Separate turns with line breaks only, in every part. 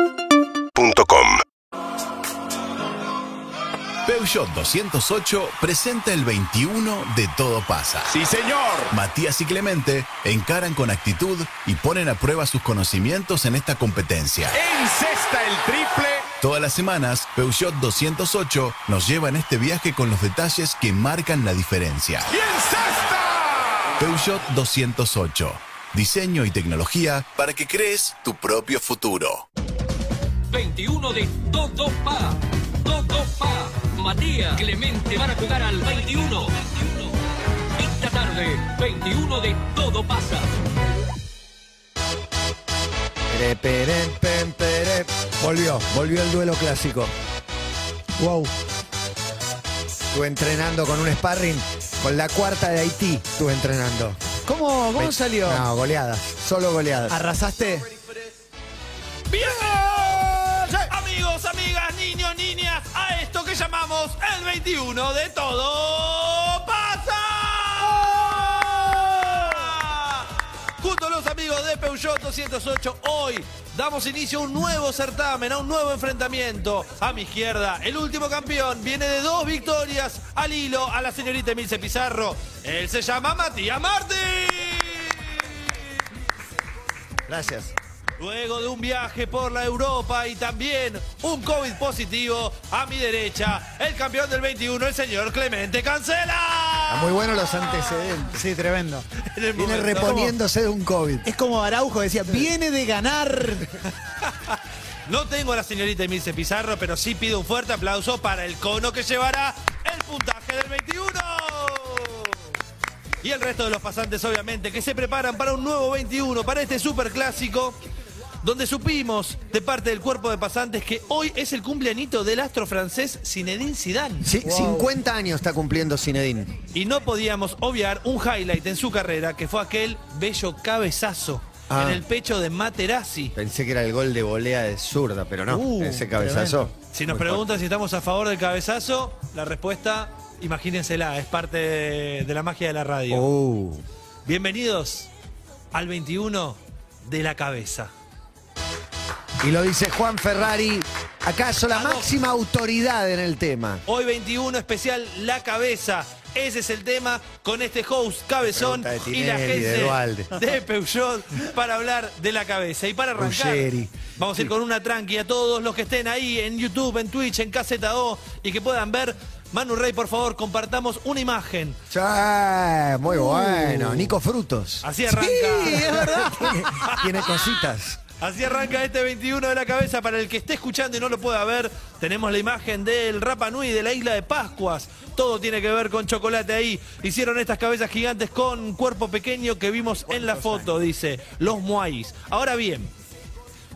UrbanaPlayFM.com
Peugeot 208 presenta el 21 de Todo pasa.
Sí, señor.
Matías y Clemente encaran con actitud y ponen a prueba sus conocimientos en esta competencia.
Encesta el triple.
Todas las semanas, Peugeot 208 nos lleva en este viaje con los detalles que marcan la diferencia.
Y encesta.
Peugeot 208. Diseño y tecnología para que crees tu propio futuro.
21 de Todo Pa. Todo Pa. Matías Clemente van a jugar al 21. Esta tarde, 21 de Todo Pasa.
Pere, pere, pem, pere. Volvió, volvió el duelo clásico. Wow. Estuve entrenando con un sparring. Con la cuarta de Haití estuve entrenando.
¿Cómo, cómo salió?
No, goleadas. Solo goleadas.
¿Arrasaste?
Bien, amigos, amigas, niños, niñas, a esto que llamamos el 21 de todo pasa. Junto a los amigos de Peugeot 208, hoy damos inicio a un nuevo certamen, a un nuevo enfrentamiento. A mi izquierda, el último campeón viene de dos victorias al hilo a la señorita Emilce Pizarro. Él se llama Matías Martín.
Gracias.
Luego de un viaje por la Europa y también un COVID positivo, a mi derecha, el campeón del 21, el señor Clemente Cancela.
Ah, Muy buenos los antecedentes.
Sí, tremendo.
En el
Viene
momento-
reponiéndose de un COVID.
Es como Araujo decía, viene de ganar.
No tengo a la señorita Emilce Pizarro, pero sí pido un fuerte aplauso para el cono que llevará el puntaje del 21. Y el resto de los pasantes, obviamente, que se preparan para un nuevo 21, para este superclásico, donde supimos de parte del cuerpo de pasantes que hoy es el cumpleanito del astro francés Zinedine Zidane.
Sí, 50 años está cumpliendo Zinedine.
Y no podíamos obviar un highlight en su carrera que fue aquel bello cabezazo
Ah.
en el pecho de Materazzi.
Pensé que era el gol de volea de zurda, pero no.
Uh,
ese cabezazo.
Si nos preguntan si estamos a favor del cabezazo, la respuesta, imagínensela, es parte de, de la magia de la radio.
Uh.
Bienvenidos al 21 de la cabeza.
Y lo dice Juan Ferrari, acaso la
Ah, no.
máxima autoridad en el tema.
Hoy 21 especial La Cabeza. Ese es el tema con este host cabezón
Pregunta de
y la
Tinelli, de Dualde.
gente de Peugeot para hablar de la cabeza. Y para arrancar,
Ruggeri.
vamos a ir con una tranqui a todos los que estén ahí en YouTube, en Twitch, en KZO y que puedan ver. Manu Rey, por favor, compartamos una imagen.
Ya, muy bueno. Nico Frutos.
Uh. Así arranca.
Sí, es verdad. tiene, tiene cositas.
Así arranca este 21 de la cabeza. Para el que esté escuchando y no lo pueda ver, tenemos la imagen del Rapa Nui de la isla de Pascuas. Todo tiene que ver con chocolate ahí. Hicieron estas cabezas gigantes con cuerpo pequeño que vimos en la foto, dice. Los Muais. Ahora bien,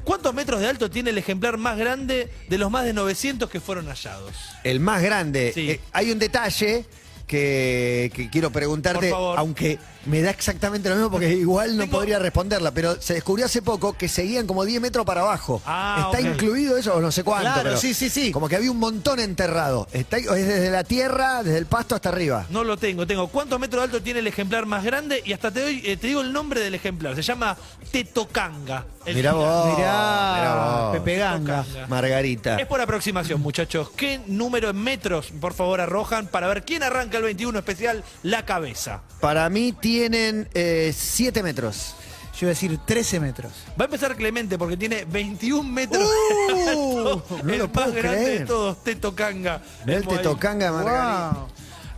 ¿cuántos metros de alto tiene el ejemplar más grande de los más de 900 que fueron hallados?
El más grande.
Sí.
Eh, hay un detalle que, que quiero preguntarte,
Por favor.
aunque me da exactamente lo mismo porque igual no
Tengo-
podría responderla, pero se descubrió hace poco que seguían como 10 metros para abajo.
Ah,
¿Está
ok.
incluido eso o no sé cuánto?
Claro,
pero
sí, sí, sí.
Como que había un montón enterrado. Está, es desde la tierra, desde el pasto hasta arriba.
No lo tengo, tengo. ¿Cuántos metros de alto tiene el ejemplar más grande? Y hasta te, doy- eh, te digo el nombre del ejemplar. Se llama Tetocanga. El
Mirá
gigante.
vos. mirá
Mirá,
vos.
Pepe Ganga.
Margarita.
Es por aproximación, muchachos. ¿Qué número en metros, por favor, arrojan para ver quién arranca el 21 especial la cabeza?
Para mí tienen 7 metros.
Yo iba a decir 13 metros.
Va a empezar Clemente porque tiene 21 metros. de
¡Uh!
alto,
No
el
lo puedo
más grande de
creer.
todos, Teto Canga.
El
Vemos ahí.
tetocanga de Margarita.
Wow.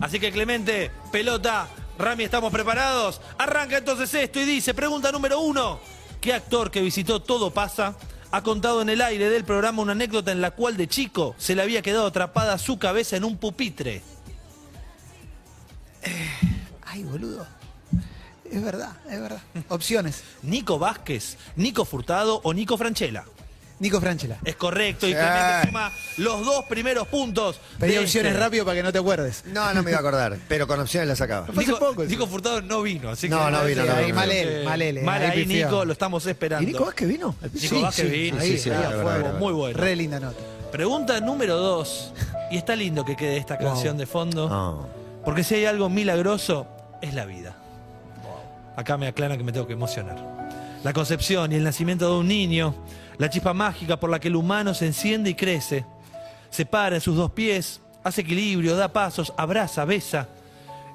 Así que Clemente, pelota, Rami, ¿estamos preparados? Arranca entonces esto y dice, pregunta número uno. ¿Qué actor que visitó Todo pasa ha contado en el aire del programa una anécdota en la cual de chico se le había quedado atrapada su cabeza en un pupitre?
Ay, boludo. Es verdad, es verdad. Opciones.
Nico Vázquez, Nico Furtado o Nico Franchella.
Nico Franchela.
Es correcto y
Sí.
Clemente suma los dos primeros puntos.
Pedí
de
opciones
este.
rápido para que no te acuerdes.
No, no me iba a acordar, pero con opciones la sacaba.
Fue hace
Nico,
poco,
Nico Furtado no vino, así
No,
que
no vino, no
Ahí
vino.
mal
Eh,
él, mal él.
eh,
Mal
ahí
ahí,
pifió.
Nico, lo estamos esperando.
¿Y Nico Vázquez vino? Al piso?
Nico Vázquez vino,
ahí,
sí,
sí,
ahí
era
a
verdad,
fuego,
era verdad.
muy bueno.
Re linda nota.
Pregunta número dos. Y está lindo que quede esta canción de fondo.
No.
Porque si hay algo milagroso, es la vida. Acá me aclaran que me tengo que emocionar. la concepción y el nacimiento de un niño, la chispa mágica por la que el humano se enciende y crece. Se para en sus dos pies, hace equilibrio, da pasos, abraza, besa.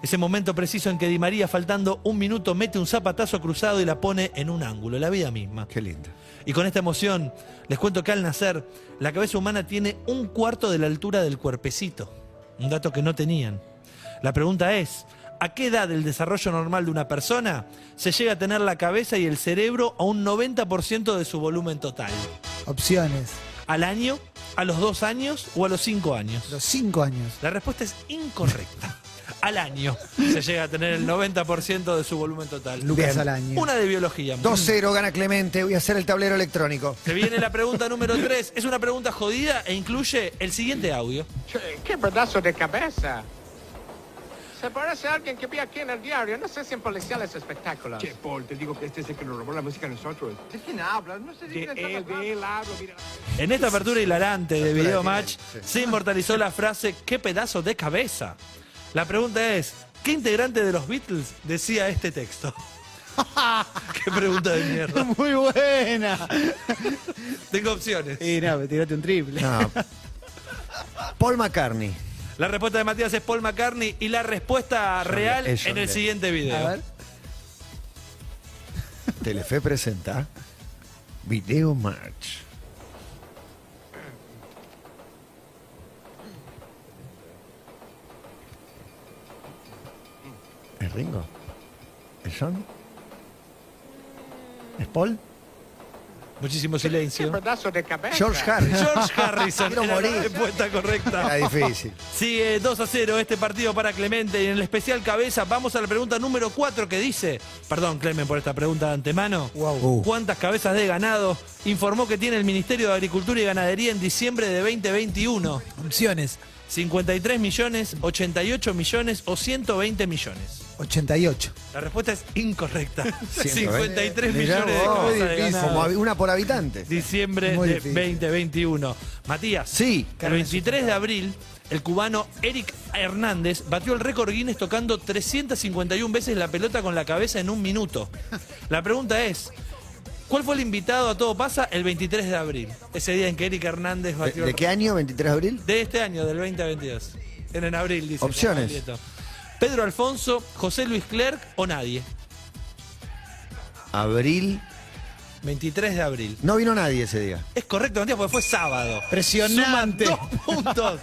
Ese momento preciso en que Di María, faltando un minuto, mete un zapatazo cruzado y la pone en un ángulo, la vida misma.
Qué lindo.
Y con esta emoción, les cuento que al nacer, la cabeza humana tiene un cuarto de la altura del cuerpecito. Un dato que no tenían. La pregunta es, ¿a qué edad del desarrollo normal de una persona se llega a tener la cabeza y el cerebro a un 90% de su volumen total?
Opciones.
¿Al año? ¿A los dos años o a los cinco años?
Los cinco años.
La respuesta es incorrecta. Al año se llega a tener el 90% de su volumen total.
Lucas
Bien.
al año.
Una de biología.
2-0 gana Clemente, voy a hacer el tablero electrónico.
Se viene la pregunta número 3. Es una pregunta jodida e incluye el siguiente audio.
Che, Qué pedazo de cabeza. Se parece a alguien que vi aquí en el diario. No sé si en policiales espectáculos.
Che, Paul, te digo que este es el que nos robó la música a nosotros.
¿De quién hablas? No sé
De
de quién
él,
estás
de
hablando.
él hablo, mira.
En esta apertura hilarante de
Apertura
Video
de
Match
Video,
se inmortalizó la frase ¡Qué pedazo de cabeza! La pregunta es, ¿qué integrante de los Beatles decía este texto? ¡Qué pregunta de mierda!
Muy buena.
Tengo opciones.
Y nada, tirate un triple.
No. Paul McCartney.
La respuesta de Matías es Paul McCartney y la respuesta
John
real
Lennon.
en el siguiente
A
video.
ver.
Telefe presenta Video Match. ¿Es Ringo? ¿Es John? ¿Es Paul?
Muchísimo
Qué
silencio.
pedazo de cabeza.
George Harris.
George Harrison.
Quiero
era La
morir.
respuesta
Era
correcta.
difícil.
Sigue 2 a 0 este partido para Clemente y en el especial cabeza vamos a la pregunta número 4 que dice, perdón Clemen por esta pregunta de antemano,
Wow.
¿cuántas cabezas de ganado informó que tiene el Ministerio de Agricultura y Ganadería en diciembre de 2021?
Opciones.
53 millones, 88 millones o 120 millones.
88.
La respuesta es incorrecta.
120.
53 millones de
Mirá vos,
cabezas de
difícil.
ganado.
Como hab- una por habitante.
Diciembre
Muy
de
difícil.
2021. Matías,
Sí.
el 23 de abril, el cubano Eric Hernández batió el récord Guinness tocando 351 veces la pelota con la cabeza en un minuto. La pregunta es, ¿cuál fue el invitado a Todo Pasa el 23 de abril? Ese día en que Eric Hernández
¿De,
batió el
de qué año? ¿23 de abril?
de este año, del 2022. En, en abril, dice.
Opciones.
Juan Prieto. Pedro Alfonso, José Luis Clerc o nadie.
Abril.
23 de abril.
No vino nadie ese día.
Es correcto, Matías, porque fue sábado.
Impresionante.
Suman dos puntos.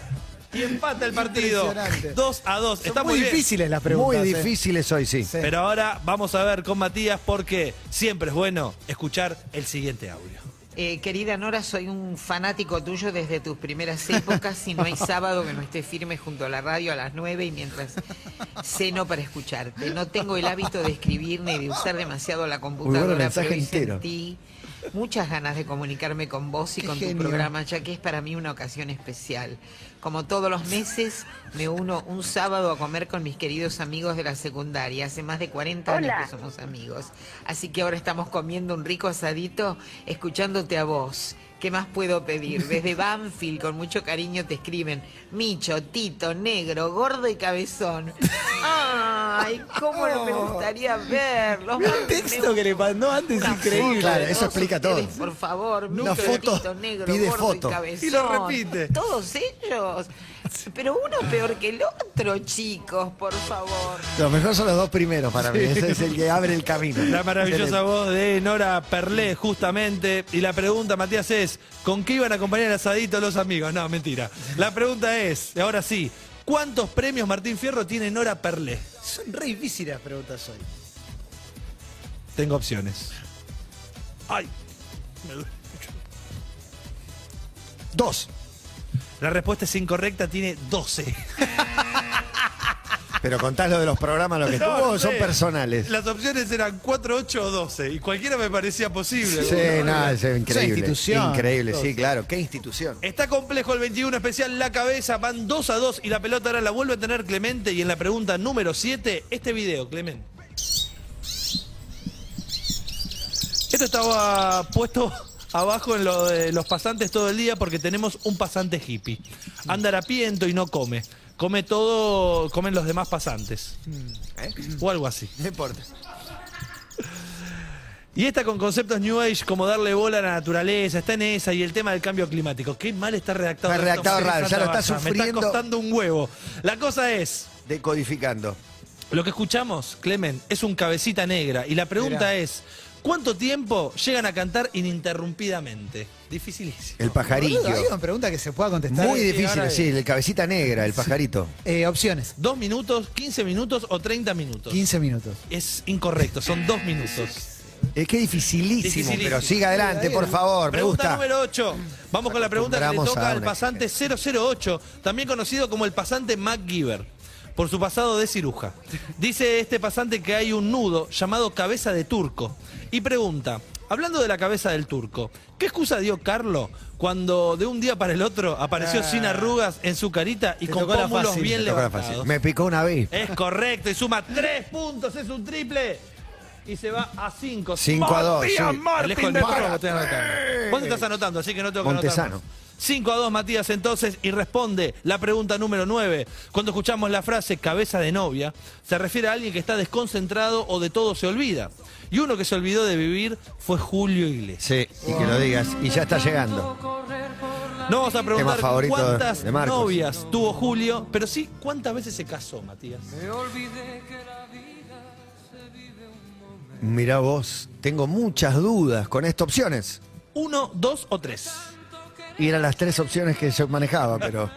Y empata el partido.
Impresionante.
2 a 2. Está
muy
muy bien.
difíciles las preguntas.
Muy
eh.
difíciles hoy, sí.
Sí.
Pero ahora vamos a ver con Matías porque siempre es bueno escuchar el siguiente audio.
Eh, querida Nora, soy un fanático tuyo desde tus primeras épocas y no hay sábado que no esté firme junto a la radio a las 9 y mientras ceno para escucharte. No tengo el hábito de escribir ni de usar demasiado la computadora,
mensaje
pero hoy
entero.
sentí muchas ganas de comunicarme con vos y
Qué
con
genio.
tu programa, ya que es para mí una ocasión especial. Como todos los meses, me uno un sábado a comer con mis queridos amigos de la secundaria. Hace más de 40 años que somos amigos. Así que ahora estamos comiendo un rico asadito, escuchándote a vos. ¿Qué más puedo pedir? Desde Banfield, con mucho cariño, te escriben Micho, Tito, Negro, Gordo y Cabezón. ¡Ay, cómo me gustaría verlos!
Mirá El texto que le mandó antes es increíble.
Claro,
Todos
eso explica todo.
ustedes, Por favor,
Una
Micho,
foto,
Tito, Negro,
pide
Gordo
foto.
y Cabezón.
Y lo repite.
Todos ellos. Pero uno peor que el otro, chicos, por favor.
Lo mejor son los dos primeros para mí. Ese es el que abre el camino.
La maravillosa voz de Nora Perlé, justamente. Y la pregunta, Matías, es: ¿con qué iban a acompañar el asadito los amigos? No, mentira. La pregunta es: ahora sí, ¿cuántos premios Martín Fierro tiene Nora Perlé?
Son re difíciles las preguntas hoy.
Tengo opciones. Ay, me duele.
Dos.
La respuesta es incorrecta, tiene 12.
Pero contás lo de los programas, lo que estuvo,
No,
o son
sí.
personales.
Las opciones eran 4, 8 o 12. Y cualquiera me parecía posible.
Sí, nada, es increíble.
institución.
Increíble, sí, claro. Qué institución.
Está complejo el 21 especial, la cabeza, van 2 a 2 y la pelota ahora la vuelve a tener Clemente. Y en la pregunta número 7, este video, Clemente. Esto estaba puesto abajo en lo de los pasantes todo el día porque tenemos un pasante hippie. Anda harapiento y no come. Come todo, comen los demás pasantes.
¿Eh?
O algo así.
No importa.
Y esta con conceptos New Age, como darle bola a la naturaleza, está en esa y el tema del cambio climático. Qué mal está redactado.
Está
esto,
redactado
Mercedes
raro, ya lo
Santa
está
Baja.
sufriendo.
Me está costando un huevo. La cosa es,
Decodificando.
lo que escuchamos, Clemen, es un cabecita negra. Y la pregunta
Mirá.
es, ¿cuánto tiempo llegan a cantar ininterrumpidamente? Dificilísimo.
El
Boludo, hay
pajarillo.
una pregunta que se pueda contestar.
Muy
Eh,
difícil, sí, el cabecita negra, el pajarito.
eh, opciones.
¿Dos minutos, 15 minutos o 30 minutos?
15 minutos.
Es incorrecto, son dos minutos.
Es que dificilísimo,
Dificilísimo.
pero siga adelante, por favor, me
Pregunta
gusta.
número 8. Vamos con la pregunta que le
Acostumbramos
toca
a
al
una
pasante 008, también conocido como el pasante MacGyver, por su pasado de ciruja. Dice este pasante que hay un nudo llamado cabeza de turco. Y pregunta, hablando de la cabeza del turco, ¿qué excusa dio Carlo cuando de un día para el otro apareció sin arrugas en su carita y
Ah. Te
con
tocó la
pómulos
fácil,
bien
Me tocó la fácil.
levantados?
Me picó una vez.
Es correcto, y suma tres puntos, es un triple. Y se va a cinco.
Cinco a dos,
Matías
sí.
Martín
Alejo del
de
Paro,
Paro,
te
te anotando. Vos te estás anotando, así que no tengo que
Montesano.
anotar más. 5 a 2, Matías, entonces, y responde la pregunta número 9. Cuando escuchamos la frase cabeza de novia, se refiere a alguien que está desconcentrado o de todo se olvida. Y uno que se olvidó de vivir fue Julio Iglesias.
Sí, y que lo digas. Y ya está llegando.
No vamos a preguntar
favorito
cuántas
de Marcos.
novias tuvo Julio, pero sí cuántas veces se casó, Matías.
Mirá vos, tengo muchas dudas con estas opciones.
¿Uno, dos o tres?
Y eran las tres opciones que yo manejaba, pero.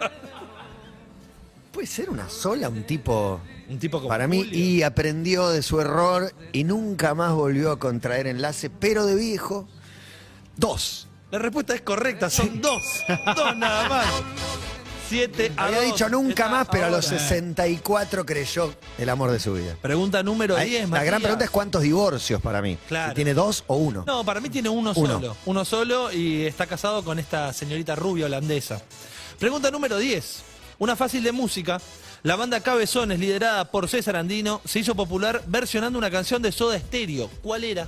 ¿Puede ser una sola un tipo?
Un tipo como
Para mí,
Julio.
y aprendió de su error y nunca más volvió a contraer enlace, pero de viejo, dos.
La respuesta es correcta, son dos. Dos nada más. Siete a
Había
dos.
dicho nunca
Está
más, pero a los
ahora.
64 creyó el amor de su vida.
Pregunta número
Ahí,
10,
la gran pregunta es cuántos divorcios para mí.
Claro.
Si tiene dos o uno.
No, para mí tiene uno,
Uno.
solo. Uno solo y está casado con esta señorita rubia holandesa. Pregunta número 10. Una fácil de música. La banda Cabezones, liderada por César Andino, se hizo popular versionando una canción de Soda Stereo. ¿Cuál era?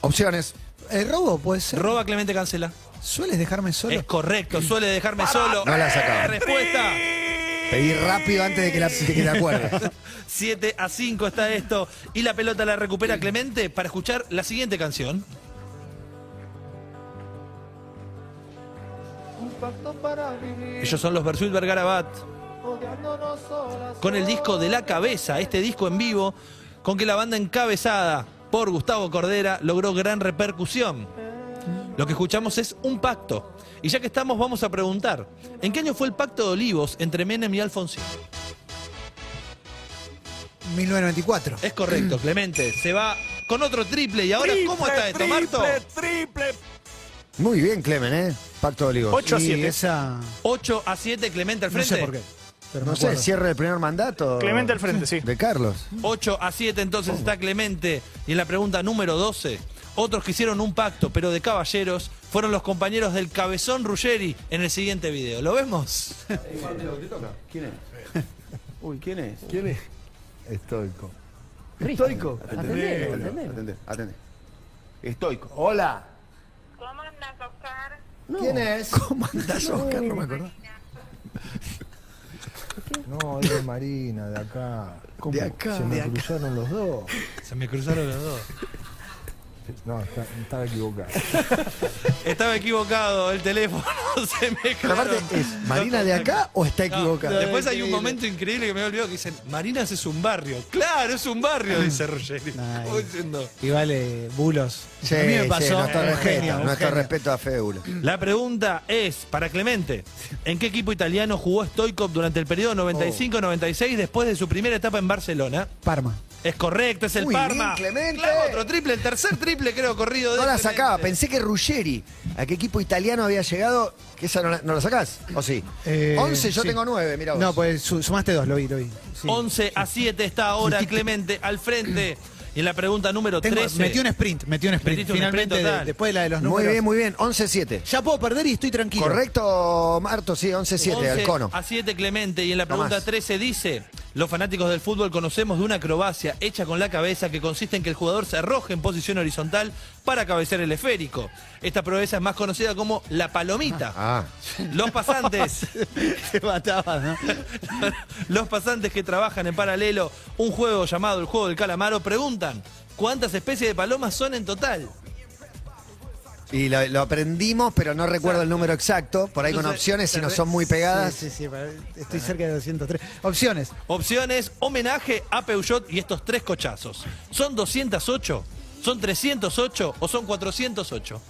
Opciones.
El robo puede ser.
Roba Clemente Cancela.
¿Sueles dejarme solo?
Es correcto, suele dejarme solo.
No la sacaba.
Respuesta.
Pedí rápido antes de que la, de que la acuerdes.
7 a 5 está esto. Y la pelota la recupera Clemente para escuchar la siguiente canción. Ellos son los Versuit Vergarabat. Con el disco de la cabeza, este disco en vivo, con que la banda encabezada por Gustavo Cordera logró gran repercusión. Lo que escuchamos es un pacto. Y ya que estamos, vamos a preguntar: ¿en qué año fue el pacto de Olivos entre Menem y Alfonsín?
1994.
Es
Mm.
correcto, Clemente. Se va con otro triple. ¿Y ahora cómo está esto, Marto?
Muy bien, Clemen, ¿eh? Pacto de Olivos.
Ocho a
Y
siete.
esa.
8 a 7, Clemente al
No
frente.
sé por qué. Pero
No
me
sé,
acuerdo.
cierre el primer mandato.
Clemente al frente, sí.
De Carlos.
8 a 7 entonces está Clemente. Y en la pregunta número 12, otros que hicieron un pacto, pero de caballeros, fueron los compañeros del Cabezón Ruggeri en el siguiente video. ¿Lo vemos?
¿Quién es? Uy, ¿quién es?
¿Quién es?
Estoico.
Estoico.
Atendé, atendé, atendé. Estoico. Hola.
¿Cómo andas, Oscar?
¿Quién es? ¿Cómo andás, Oscar? No me acuerdo.
No, es de Marina, de acá. ¿Cómo?
De acá,
Se
de
me
acá.
cruzaron los dos.
Se me cruzaron los dos.
No, está- estaba equivocado.
Estaba equivocado el teléfono. Se me
Pero
cruzaron.
aparte, ¿es Marina de acá o está
No,
equivocada?
Después hay un momento increíble que me olvidó que dicen, Marinas es un barrio. Claro, es un
Ah.
barrio, dice Ruggeri.
Ay.
Voy diciendo,
Y vale, bulos.
Sí,
a mí me
sí,
pasó.
nuestro
un
respeto,
genio, un
nuestro
genio.
respeto a Feula.
La pregunta es para Clemente. ¿En qué equipo italiano jugó Stoikov durante el periodo 95-96 después de su primera etapa en Barcelona?
Parma.
Es correcto, es el
Muy bien,
Parma.
Clemente.
Claro, otro triple, el tercer triple creo corrido de
No la
Clemente.
sacaba, pensé que Ruggeri, a qué equipo italiano había llegado, que esa no la, no la sacás, ¿o sí?
Eh,
11, yo
sí.
tengo 9, mira vos.
No, pues su- sumaste dos, lo vi, lo vi. Sí.
11 a 7 está ahora Clemente al frente. Y en la pregunta número
Tengo-
13.
metí un sprint, metí un sprint.
Metiste un
Finalmente,
sprint
de-
total.
después de la de los
muy
números.
bien, muy bien, 11-7.
Ya puedo perder y estoy tranquilo.
Correcto, Marto, sí, 11-7, al
11
cono.
A 7 Clemente. Y en la
No
pregunta
más.
13 dice: Los fanáticos del fútbol conocemos de una acrobacia hecha con la cabeza que consiste en que el jugador se arroje en posición horizontal para cabecear el esférico. Esta proeza es más conocida como la palomita.
Ah.
Los pasantes.
Te mataba, ¿no?
Los pasantes que trabajan en paralelo un juego llamado el juego del calamaro preguntan cuántas especies de palomas son en total.
Y lo, lo aprendimos, pero no recuerdo el número exacto. Por ahí con
Entonces,
opciones, si
te
no
re-
son muy pegadas.
Sí, sí, sí, para- estoy cerca de 203. Opciones.
Opciones, homenaje a Peugeot y estos tres cochazos. ¿Son 208? ¿Son 308 o son 408?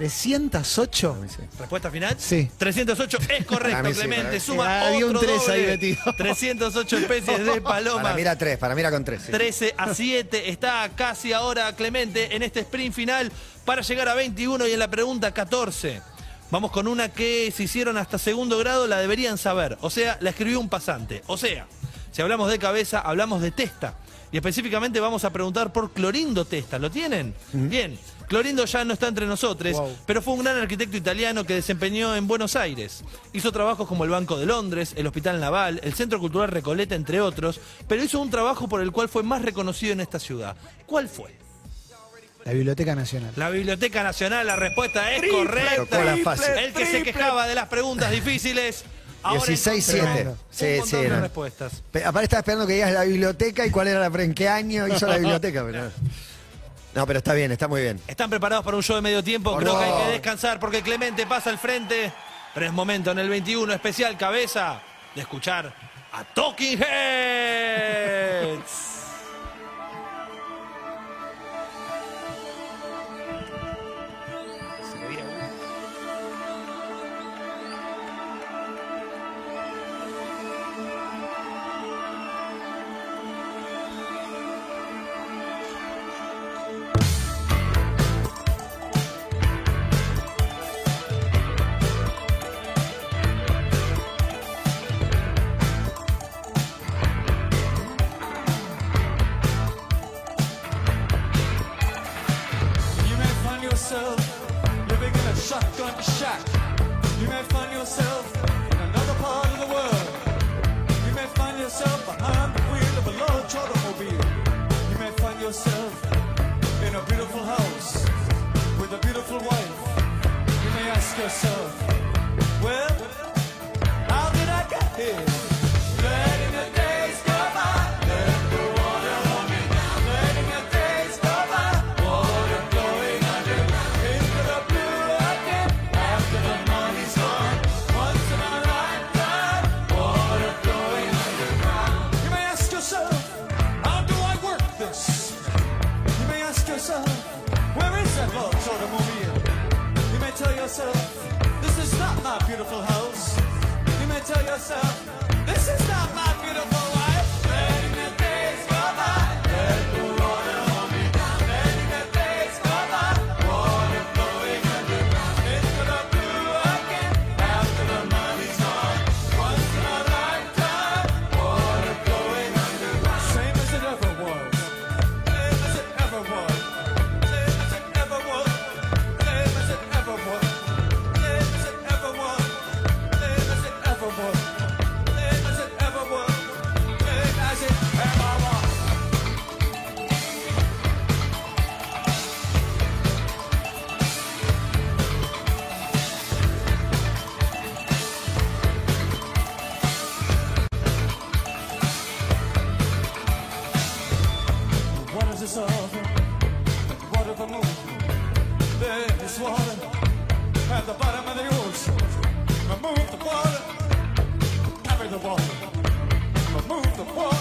308.
¿Respuesta final?
Sí.
308 es correcto,
Para mí sí, para
Clemente.
mí sí.
Suma
Ah, había un
otro
tres ahí
doble.
metido.
308 especies de
Para
palomas.
mí era tres, para mí era con tres. sí.
13 a 7 está casi ahora Clemente en este sprint final para llegar a 21 y en la pregunta 14. Vamos con una que se hicieron hasta segundo grado, la deberían saber. O sea, la escribió un pasante. O sea, si hablamos de cabeza, hablamos de testa. Y específicamente vamos a preguntar por Clorindo Testa. ¿Lo tienen? Bien. Clorindo ya no está entre nosotros, pero fue un gran arquitecto italiano que desempeñó en Buenos Aires. Hizo trabajos como el Banco de Londres, el Hospital Naval, el Centro Cultural Recoleta, entre otros, pero hizo un trabajo por el cual fue más reconocido en esta ciudad. ¿Cuál fue?
La Biblioteca Nacional.
La Biblioteca Nacional, la respuesta es
Triple,
correcta.
triple, fácil.
El que se
triple.
quejaba de las preguntas difíciles. ahora
16-7.
encontró
Sí, sí,
Un montón de
eran.
respuestas.
Pe- Aparte estaba esperando que digas la biblioteca y cuál era la pre- en qué año hizo la biblioteca. Pero... No, pero está bien, está muy bien.
Están preparados para un show de medio tiempo.
Por
Creo que hay
favor.
que descansar porque Clemente pasa al frente. Pero es momento en el 21 especial cabeza de escuchar a Talking Heads.
You may find yourself living in a shotgun shack. You may find yourself in another part of the world. You may find yourself behind the wheel of a large automobile. You may find yourself in a beautiful house with a beautiful wife. You may ask yourself, well, how did I get here? Letting the days go by, let the water hold me down. Letting the days go by, water flowing under. Into the blue again, after the money's gone. Once in a lifetime, water flowing underground. You may ask yourself, how do I work this? You may ask yourself, where is that large automobile? You may tell yourself, this is not my beautiful house. You may tell yourself, this is not my beautiful wife. Letting the days go by, let the water hold me down. Letting the days go by, water flowing underground. Into the blue again, after the money's gone. Once in a lifetime, water flowing underground. Same as it ever was. Same as it ever was. Same as it ever was. Same as it ever was. Same as it ever was. Same as it ever was. Same as it ever was. Same as it ever was. What is this of? What of a moon? There is water at the bottom of the ocean. Remove the water, cover the water. Remove the water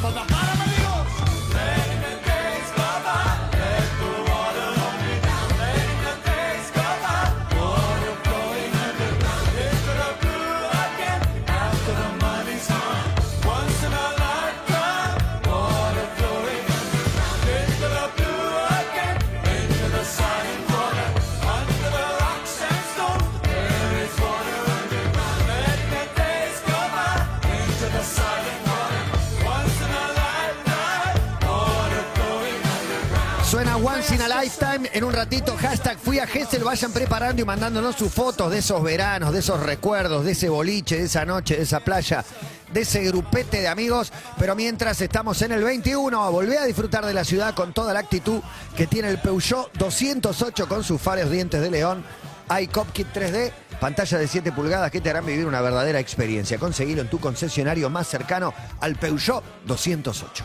from the bottom of the ocean. Letting the days go by, let the water hold me down. Letting the days go by, water flowing underground. Into the blue again, after the money's gone. Once in a lifetime, water flowing underground. Into the blue again, into the silent water. Under the rocks and stones, there is water underground. Letting the days go by, into the silent water. Once in a lifetime, water flowing underground.
Suena Once in a Lifetime. En un ratito, hashtag fui a Gessel. Vayan preparando y mandándonos sus fotos de esos veranos, de esos recuerdos, de ese boliche, de esa noche, de esa playa, de ese grupete de amigos. Pero mientras estamos en el 21, volvé a disfrutar de la ciudad con toda la actitud que tiene el Peugeot 208 con sus faros dientes de león. Hay Kit 3D, pantalla de 7 pulgadas que te harán vivir una verdadera experiencia. Conseguilo en tu concesionario más cercano al Peugeot 208.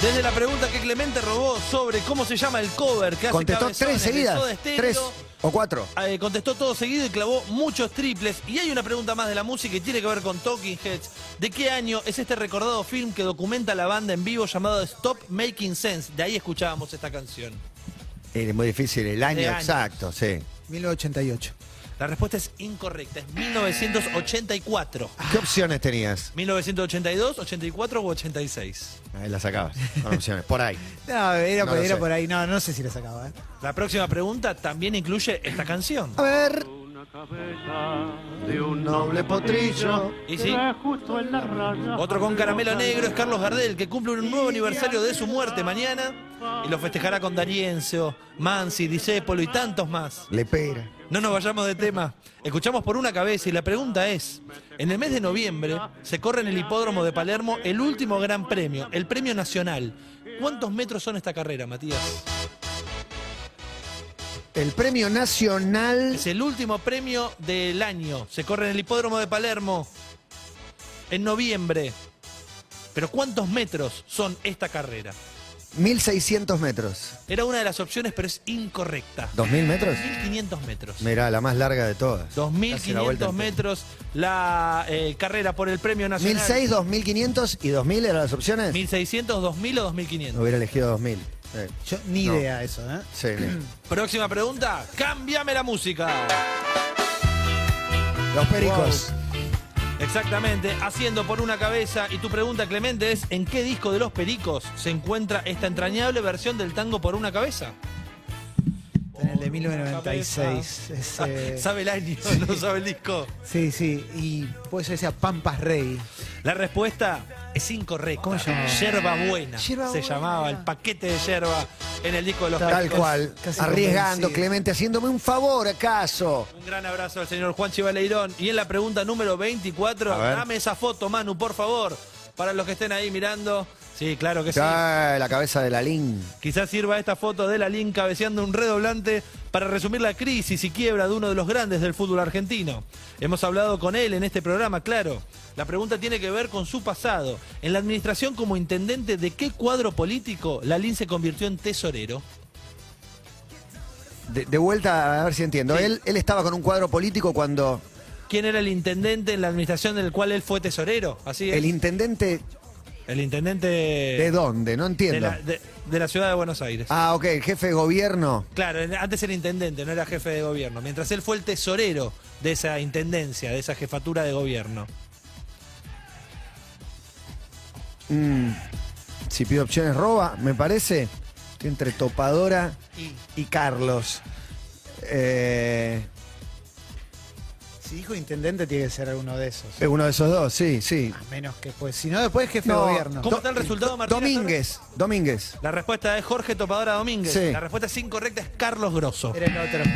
Desde la pregunta que Clemente robó sobre cómo se llama el cover que hace
Contestó
Cabezones
tres
de
seguidas.
Soda Stereo,
Tres o cuatro.
eh, contestó todo seguido y clavó muchos triples. Y hay una pregunta más de la música que tiene que ver con Talking Heads. ¿De qué año es este recordado film que documenta la banda en vivo llamado Stop Making Sense? De ahí escuchábamos esta canción.
Es muy difícil el año
De años.
exacto, sí.
1988.
La respuesta es incorrecta, es 1984.
¿Qué opciones tenías?
1982, 84 u 86.
Ahí las sacabas. Con opciones, por ahí.
No, era,
No
por,
lo
era
sé.
por ahí. No, no sé si la sacaba. ¿eh?
La próxima pregunta también incluye esta canción.
A ver.
De un noble potrillo.
Y sí, otro con caramelo negro es Carlos Gardel, que cumple un nuevo aniversario de su muerte mañana y lo festejará con Darienzo, Mansi, Disépolo y tantos más.
Le pera.
No nos vayamos de tema. Escuchamos por una cabeza y la pregunta es, en el mes de noviembre se corre en el hipódromo de Palermo el último gran premio, el premio nacional. ¿Cuántos metros son esta carrera, Matías?
El premio nacional.
Es el último premio del año. Se corre en el hipódromo de Palermo en noviembre. Pero ¿cuántos metros son esta carrera?
1600 metros.
Era una de las opciones, pero es incorrecta.
2000 metros.
1500 metros.
Mirá, la más larga de todas. Casi la vuelta
2500
entera.
metros la eh, carrera por el premio nacional.
1600, 2500 y 2000 eran las opciones.
1600, 2000 o 2500.
Hubiera elegido 2000. Eh,
Yo ni
No.
idea eso, ¿eh?
sí, bien.
Próxima pregunta, cámbiame la música.
Los pericos.
Exactamente, haciendo por una cabeza. Y tu pregunta, Clemente, es: ¿en qué disco de los pericos se encuentra esta entrañable versión del tango por una cabeza?
En el de 1996. Es, eh,
Sabe el año, no sabe el disco.
sí, sí. Y puede ser sea Pampas Rey.
La respuesta es incorrecta.
¿Cómo se llamaba?
Yerba buena.
Yerba
se
Buena.
llamaba el paquete de yerba en el disco de los
Tal
pericos.
cual.
Casi
Arriesgando,
convencido.
Clemente, haciéndome un favor, acaso.
Un gran abrazo al señor Juan Chivaleirón. Y en la pregunta número 24,
A ver.
dame esa foto, Manu, por favor. Para los que estén ahí mirando. Sí, claro que sí.
Ah, la cabeza de la Lin.
Quizás sirva esta foto de Lalín cabeceando un redoblante para resumir la crisis y quiebra de uno de los grandes del fútbol argentino. Hemos hablado con él en este programa, claro. La pregunta tiene que ver con su pasado. En la administración como intendente, ¿de qué cuadro político Lalín se convirtió en tesorero?
De, de vuelta, a ver si entiendo. Él, él estaba con un cuadro político cuando
¿Quién era el intendente en la administración del cual él fue tesorero? Así es.
el intendente.
El intendente
¿De dónde? No
de
entiendo.
la, de- de la ciudad de Buenos Aires.
Ah, ok, el jefe de gobierno.
Claro, en- antes era intendente, no era jefe de gobierno. Mientras él fue el tesorero de esa intendencia, de esa jefatura de gobierno.
Mm, si pido opciones, roba, me parece. Estoy entre Topadora y Carlos. Eh,
Si dijo intendente, tiene que ser alguno de esos.
es uno de esos dos, sí, sí.
Ah,
A menos que, pues, si no, después jefe
Eh, No,
de gobierno.
¿Cómo
Do-
está el resultado, Martina?
Domínguez, Domínguez.
La respuesta es Jorge Topadora Domínguez.
Sí.
La respuesta es incorrecta, es Carlos Grosso.
Era el otro.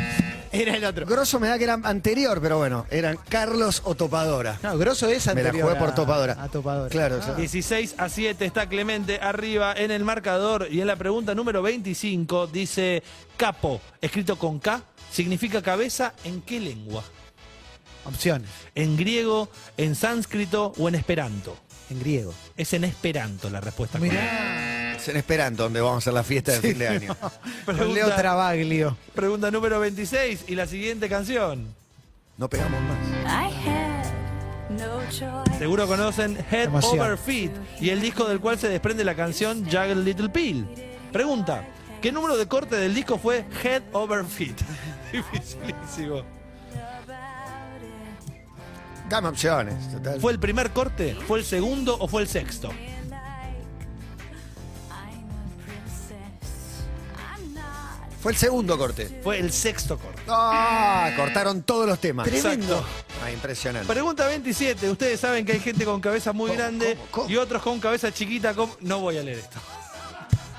Era el otro.
Grosso me da que era anterior, pero bueno, eran Carlos o Topadora.
No, Grosso es
Me la
anterior
jugué por
a-
Topadora.
A Topadora.
Claro,
Ah.
exacto.
16 a 7 está Clemente arriba en el marcador y en la pregunta número 25 dice capo, escrito con K, significa cabeza en qué lengua?
Opciones.
¿En griego, en sánscrito o en esperanto?
En griego.
Es en esperanto la respuesta. correcta.
Se esperan donde vamos a hacer la fiesta de fin de año.
Con Leo Travaglio.
Pregunta número 26 y la siguiente canción.
No pegamos más.
Seguro conocen Head
Emoción.
Over Feet y el disco del cual se desprende la canción Jagged Little Pill. Pregunta, ¿qué número de corte del disco fue Head Over Feet? Dificilísimo.
Dame opciones, total.
¿Fue el primer corte? ¿Fue el segundo o fue el sexto?
Fue el segundo corte.
Fue el sexto corte.
Ah, cortaron todos los temas.
Tremendo.
Ah, impresionante.
Pregunta 27. Ustedes saben que hay gente con cabeza muy
¿Cómo,
grande
cómo, cómo?
y otros con cabeza chiquita. como- No voy a leer esto.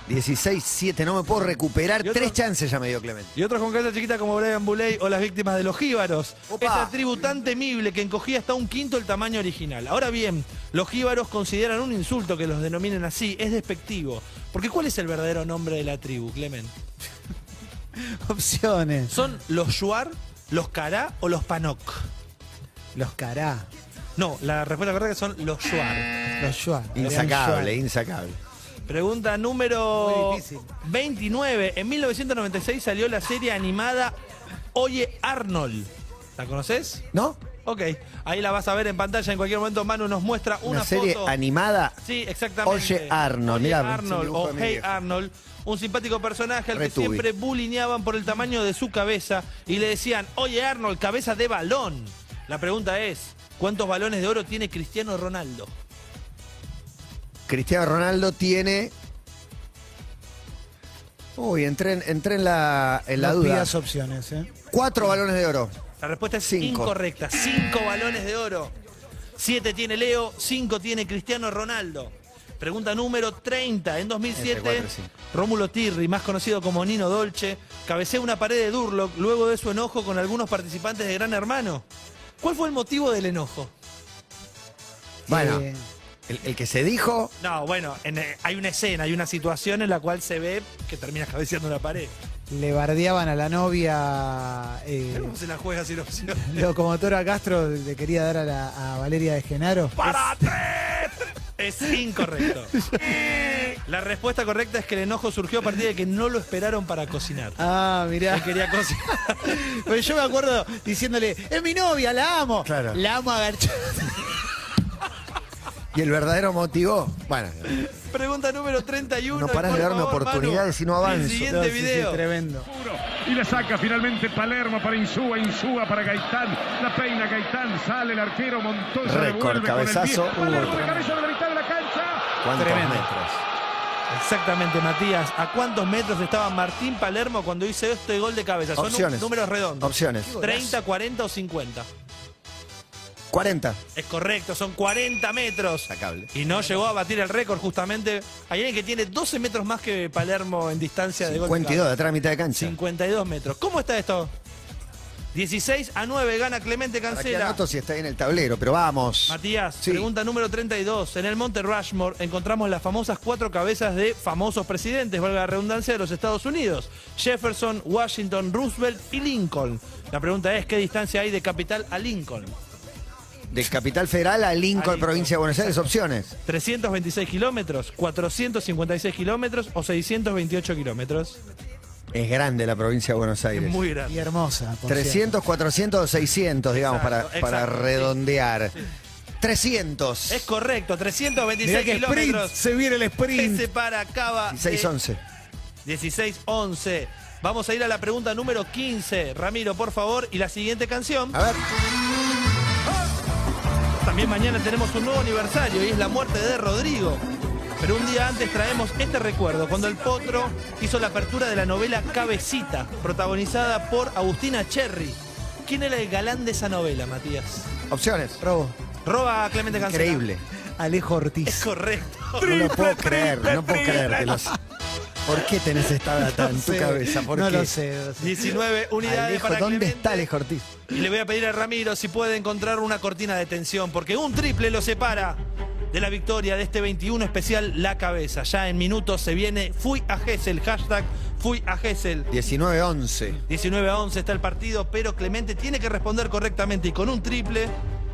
16-7, no me puedo recuperar.
¿Y otro?
Tres chances ya me dio Clemente.
Y otros con cabeza chiquita como Brian Bouley o las víctimas de los jíbaros.
Opa.
Esa tribu tan temible que encogía hasta un quinto el tamaño original. Ahora bien, los jíbaros consideran un insulto que los denominen así, es despectivo. Porque ¿cuál es el verdadero nombre de la tribu, Clement?
Opciones.
¿Son los Shuar, los Cará o los Panok?
Los Cará.
No, la respuesta correcta son los Shuar.
Los Shua.
Insacable, insacable.
Pregunta número
Muy difícil.
29. En 1996 salió la serie animada Oye Arnold. ¿La conoces?
¿No?
Ok, ahí la vas a ver en pantalla. En cualquier momento Manu nos muestra una,
Una serie
foto.
animada.
Sí, exactamente.
Oye Arnold,
Oye
mirá, se
Arnold
dibujó
o
a mi
Hey
vieja.
Arnold. Un simpático personaje al que
Retubi.
siempre bulineaban por el tamaño de su cabeza y le decían, oye Arnold, cabeza de balón. La pregunta es, ¿cuántos balones de oro tiene Cristiano Ronaldo?
Cristiano Ronaldo tiene. Uy, entré, en- entré en la, en la
No
duda.
pidas opciones, ¿eh?
Cuatro balones de oro.
La respuesta es
Cinco.
incorrecta. Cinco balones de oro. Siete tiene Leo, cinco tiene Cristiano Ronaldo. Pregunta número 30. En 2007,
Entre cuatro y cinco.
Rómulo Tirri, más conocido como Nino Dolce, cabeceó una pared de Durlock luego de su enojo con algunos participantes de Gran Hermano. ¿Cuál fue el motivo del enojo?
Bueno,
Eh,
el, el que se dijo.
No, bueno, en, eh, hay una escena, hay una situación en la cual se ve que terminas cabeceando una pared.
Le bardeaban a la novia. eh,
¿Cómo se la juega sin opción?
Locomotora Castro le quería dar a, la- a Valeria de Genaro.
Es incorrecto. La respuesta correcta es que el enojo surgió a partir de que no lo esperaron para cocinar.
Ah, mirá.
Él quería cocinar.
Pero yo me acuerdo diciéndole, es mi novia, la amo.
Claro.
La amo agachada.
Y el verdadero motivo. Bueno,
Pregunta número 31.
No parás
por
de darme
favor,
oportunidades
Manu,
y no avanzo.
El siguiente
No, sí, sí,
video.
Tremendo.
Y le saca finalmente Palermo para Insúa, Insúa para Gaitán. La peina Gaitán, sale el arquero Montoya.
Récord,
revuelve con el pie.
cabezazo, hubo
Palermo de
tremendo.
cabeza de la mitad de la cancha.
¿cuántos
Tremendo.
metros?
Exactamente, Matías. ¿A cuántos metros estaba Martín Palermo cuando hizo este gol de cabeza? Son
Opciones.
nú- números redondos.
Opciones.
30, 40 o 50.
40.
Es correcto, son 40 metros. Y no llegó a batir el récord, justamente. Hay alguien que tiene 12 metros más que Palermo en distancia de gol. de
52 de
cabeza.
atrás, mitad de cancha.
52 metros. ¿Cómo está esto? 16 a 9 gana Clemente
Aquí
Cancela.
anoto si está ahí en el tablero, pero vamos.
Matías, pregunta número 32. En el Monte Rushmore encontramos las famosas cuatro cabezas de famosos presidentes, valga la redundancia, de los Estados Unidos. Jefferson, Washington, Roosevelt y Lincoln. La pregunta es, ¿qué distancia hay de capital a Lincoln?
De Capital Federal a Lincoln, provincia de Buenos Aires, opciones.
¿326 kilómetros, 456 kilómetros o 628 kilómetros?
Es grande la provincia de Buenos
Es
Aires.
muy grande.
Y hermosa. por
300, 400 o 600, digamos, para,
Exacto,
para
exacto, sí.
redondear. 300.
Es correcto, 326
Mirá que sprint,
kilómetros. eh,
se viene el sprint.
Que separa Cava. de
16, 11.
16-11. Vamos a ir a la pregunta número 15. Ramiro, por favor, y la siguiente canción. A
ver.
También mañana tenemos un nuevo aniversario y es la muerte de Rodrigo. Pero un día antes traemos este recuerdo, cuando el Potro hizo la apertura de la novela Cabecita, protagonizada por Agustina Cherry. ¿Quién era el galán de esa novela, Matías?
Opciones.
Robo.
Roba a Clemente Cancela.
Increíble.
Alejo Ortiz.
Es correcto.
No lo puedo creer, no puedo creer que los. ¿Por qué tenés esta data en tu
sé,
cabeza? ¿Por
no
qué?
lo sé, no lo sé.
19 unidades
Alejo,
para
¿Dónde
Clemente.
está Alejo Ortiz?
Y le voy a pedir a Ramiro si puede encontrar una cortina de tensión, porque un triple lo separa de la victoria de este 21 especial La Cabeza. Ya en minutos se viene Fui a Gessel, hashtag Fui a Gessel.
19-11.
19 a 11 está el partido, pero Clemente tiene que responder correctamente y con un triple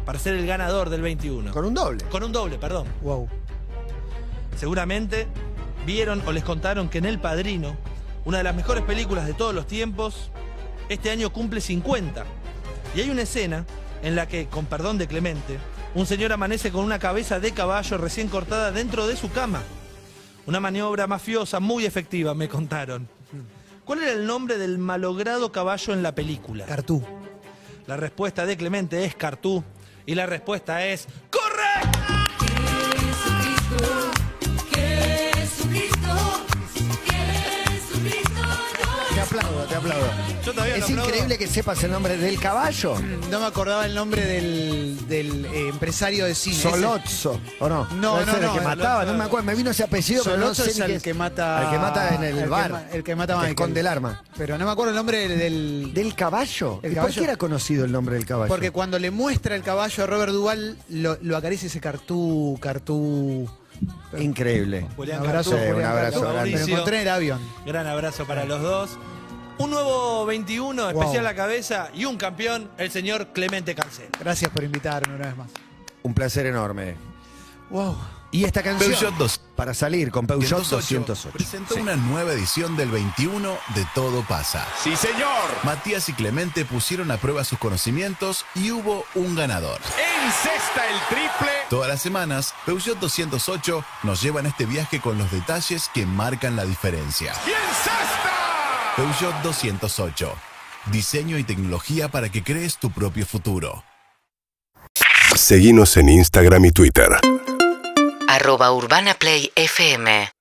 para ser el ganador del 21.
Con un doble.
Con un doble, perdón.
Wow.
Seguramente vieron o les contaron que en El Padrino, una de las mejores películas de todos los tiempos, este año cumple 50. Y hay una escena en la que, con perdón de Clemente, un señor amanece con una cabeza de caballo recién cortada dentro de su cama. Una maniobra mafiosa muy efectiva, me contaron. ¿Cuál era el nombre del malogrado caballo en la película?
Cartú.
La respuesta de Clemente es Cartú y la respuesta es ¡Correcto!
Te aplaudo, te aplaudo.
Yo todavía
es
lo aplaudo.
increíble que sepas el nombre del caballo.
No me acordaba el nombre del, del, eh, empresario de cine.
Solozzo, ¿o no?
No,
Ese era
no,
el
no,
que
el
mataba,
otro-
no me acuerdo, me vino ese apellido, pero no
Solozzo
sé
es
ni
el
qué es.
que mata-
Al que mata en el,
el que
bar.
ma- el que mata a Michael.
esconde el arma.
Pero no me acuerdo el nombre del.
¿Del caballo?
El
¿Y por
caballo.
qué era conocido el nombre del caballo?
Porque cuando le muestra el caballo a Robert Duval, lo, lo acaricia ese cartú, cartú.
Increíble.
Julián
un abrazo,
Sí,
Julián
un abrazo
Cartú.
grande.
Me lo encontré en el avión.
Gran abrazo para los dos. Un nuevo 21, especial a la cabeza y un campeón, el señor Clemente Cancel.
Gracias por invitarme una vez más.
Un placer enorme.
Wow.
Y esta canción.
Peugeot 2.
para salir con Peugeot 208.
Presentó una nueva edición del 21 de Todo pasa. Sí, señor. Matías y Clemente pusieron a prueba sus conocimientos y hubo un ganador.
En sexta el triple.
Todas las semanas, Peugeot 208 nos lleva en este viaje con los detalles que marcan la diferencia.
Y en sexta.
Peugeot 208. Diseño y tecnología para que crees tu propio futuro.
Seguimos en Instagram y Twitter.
Arroba Urbana Play FM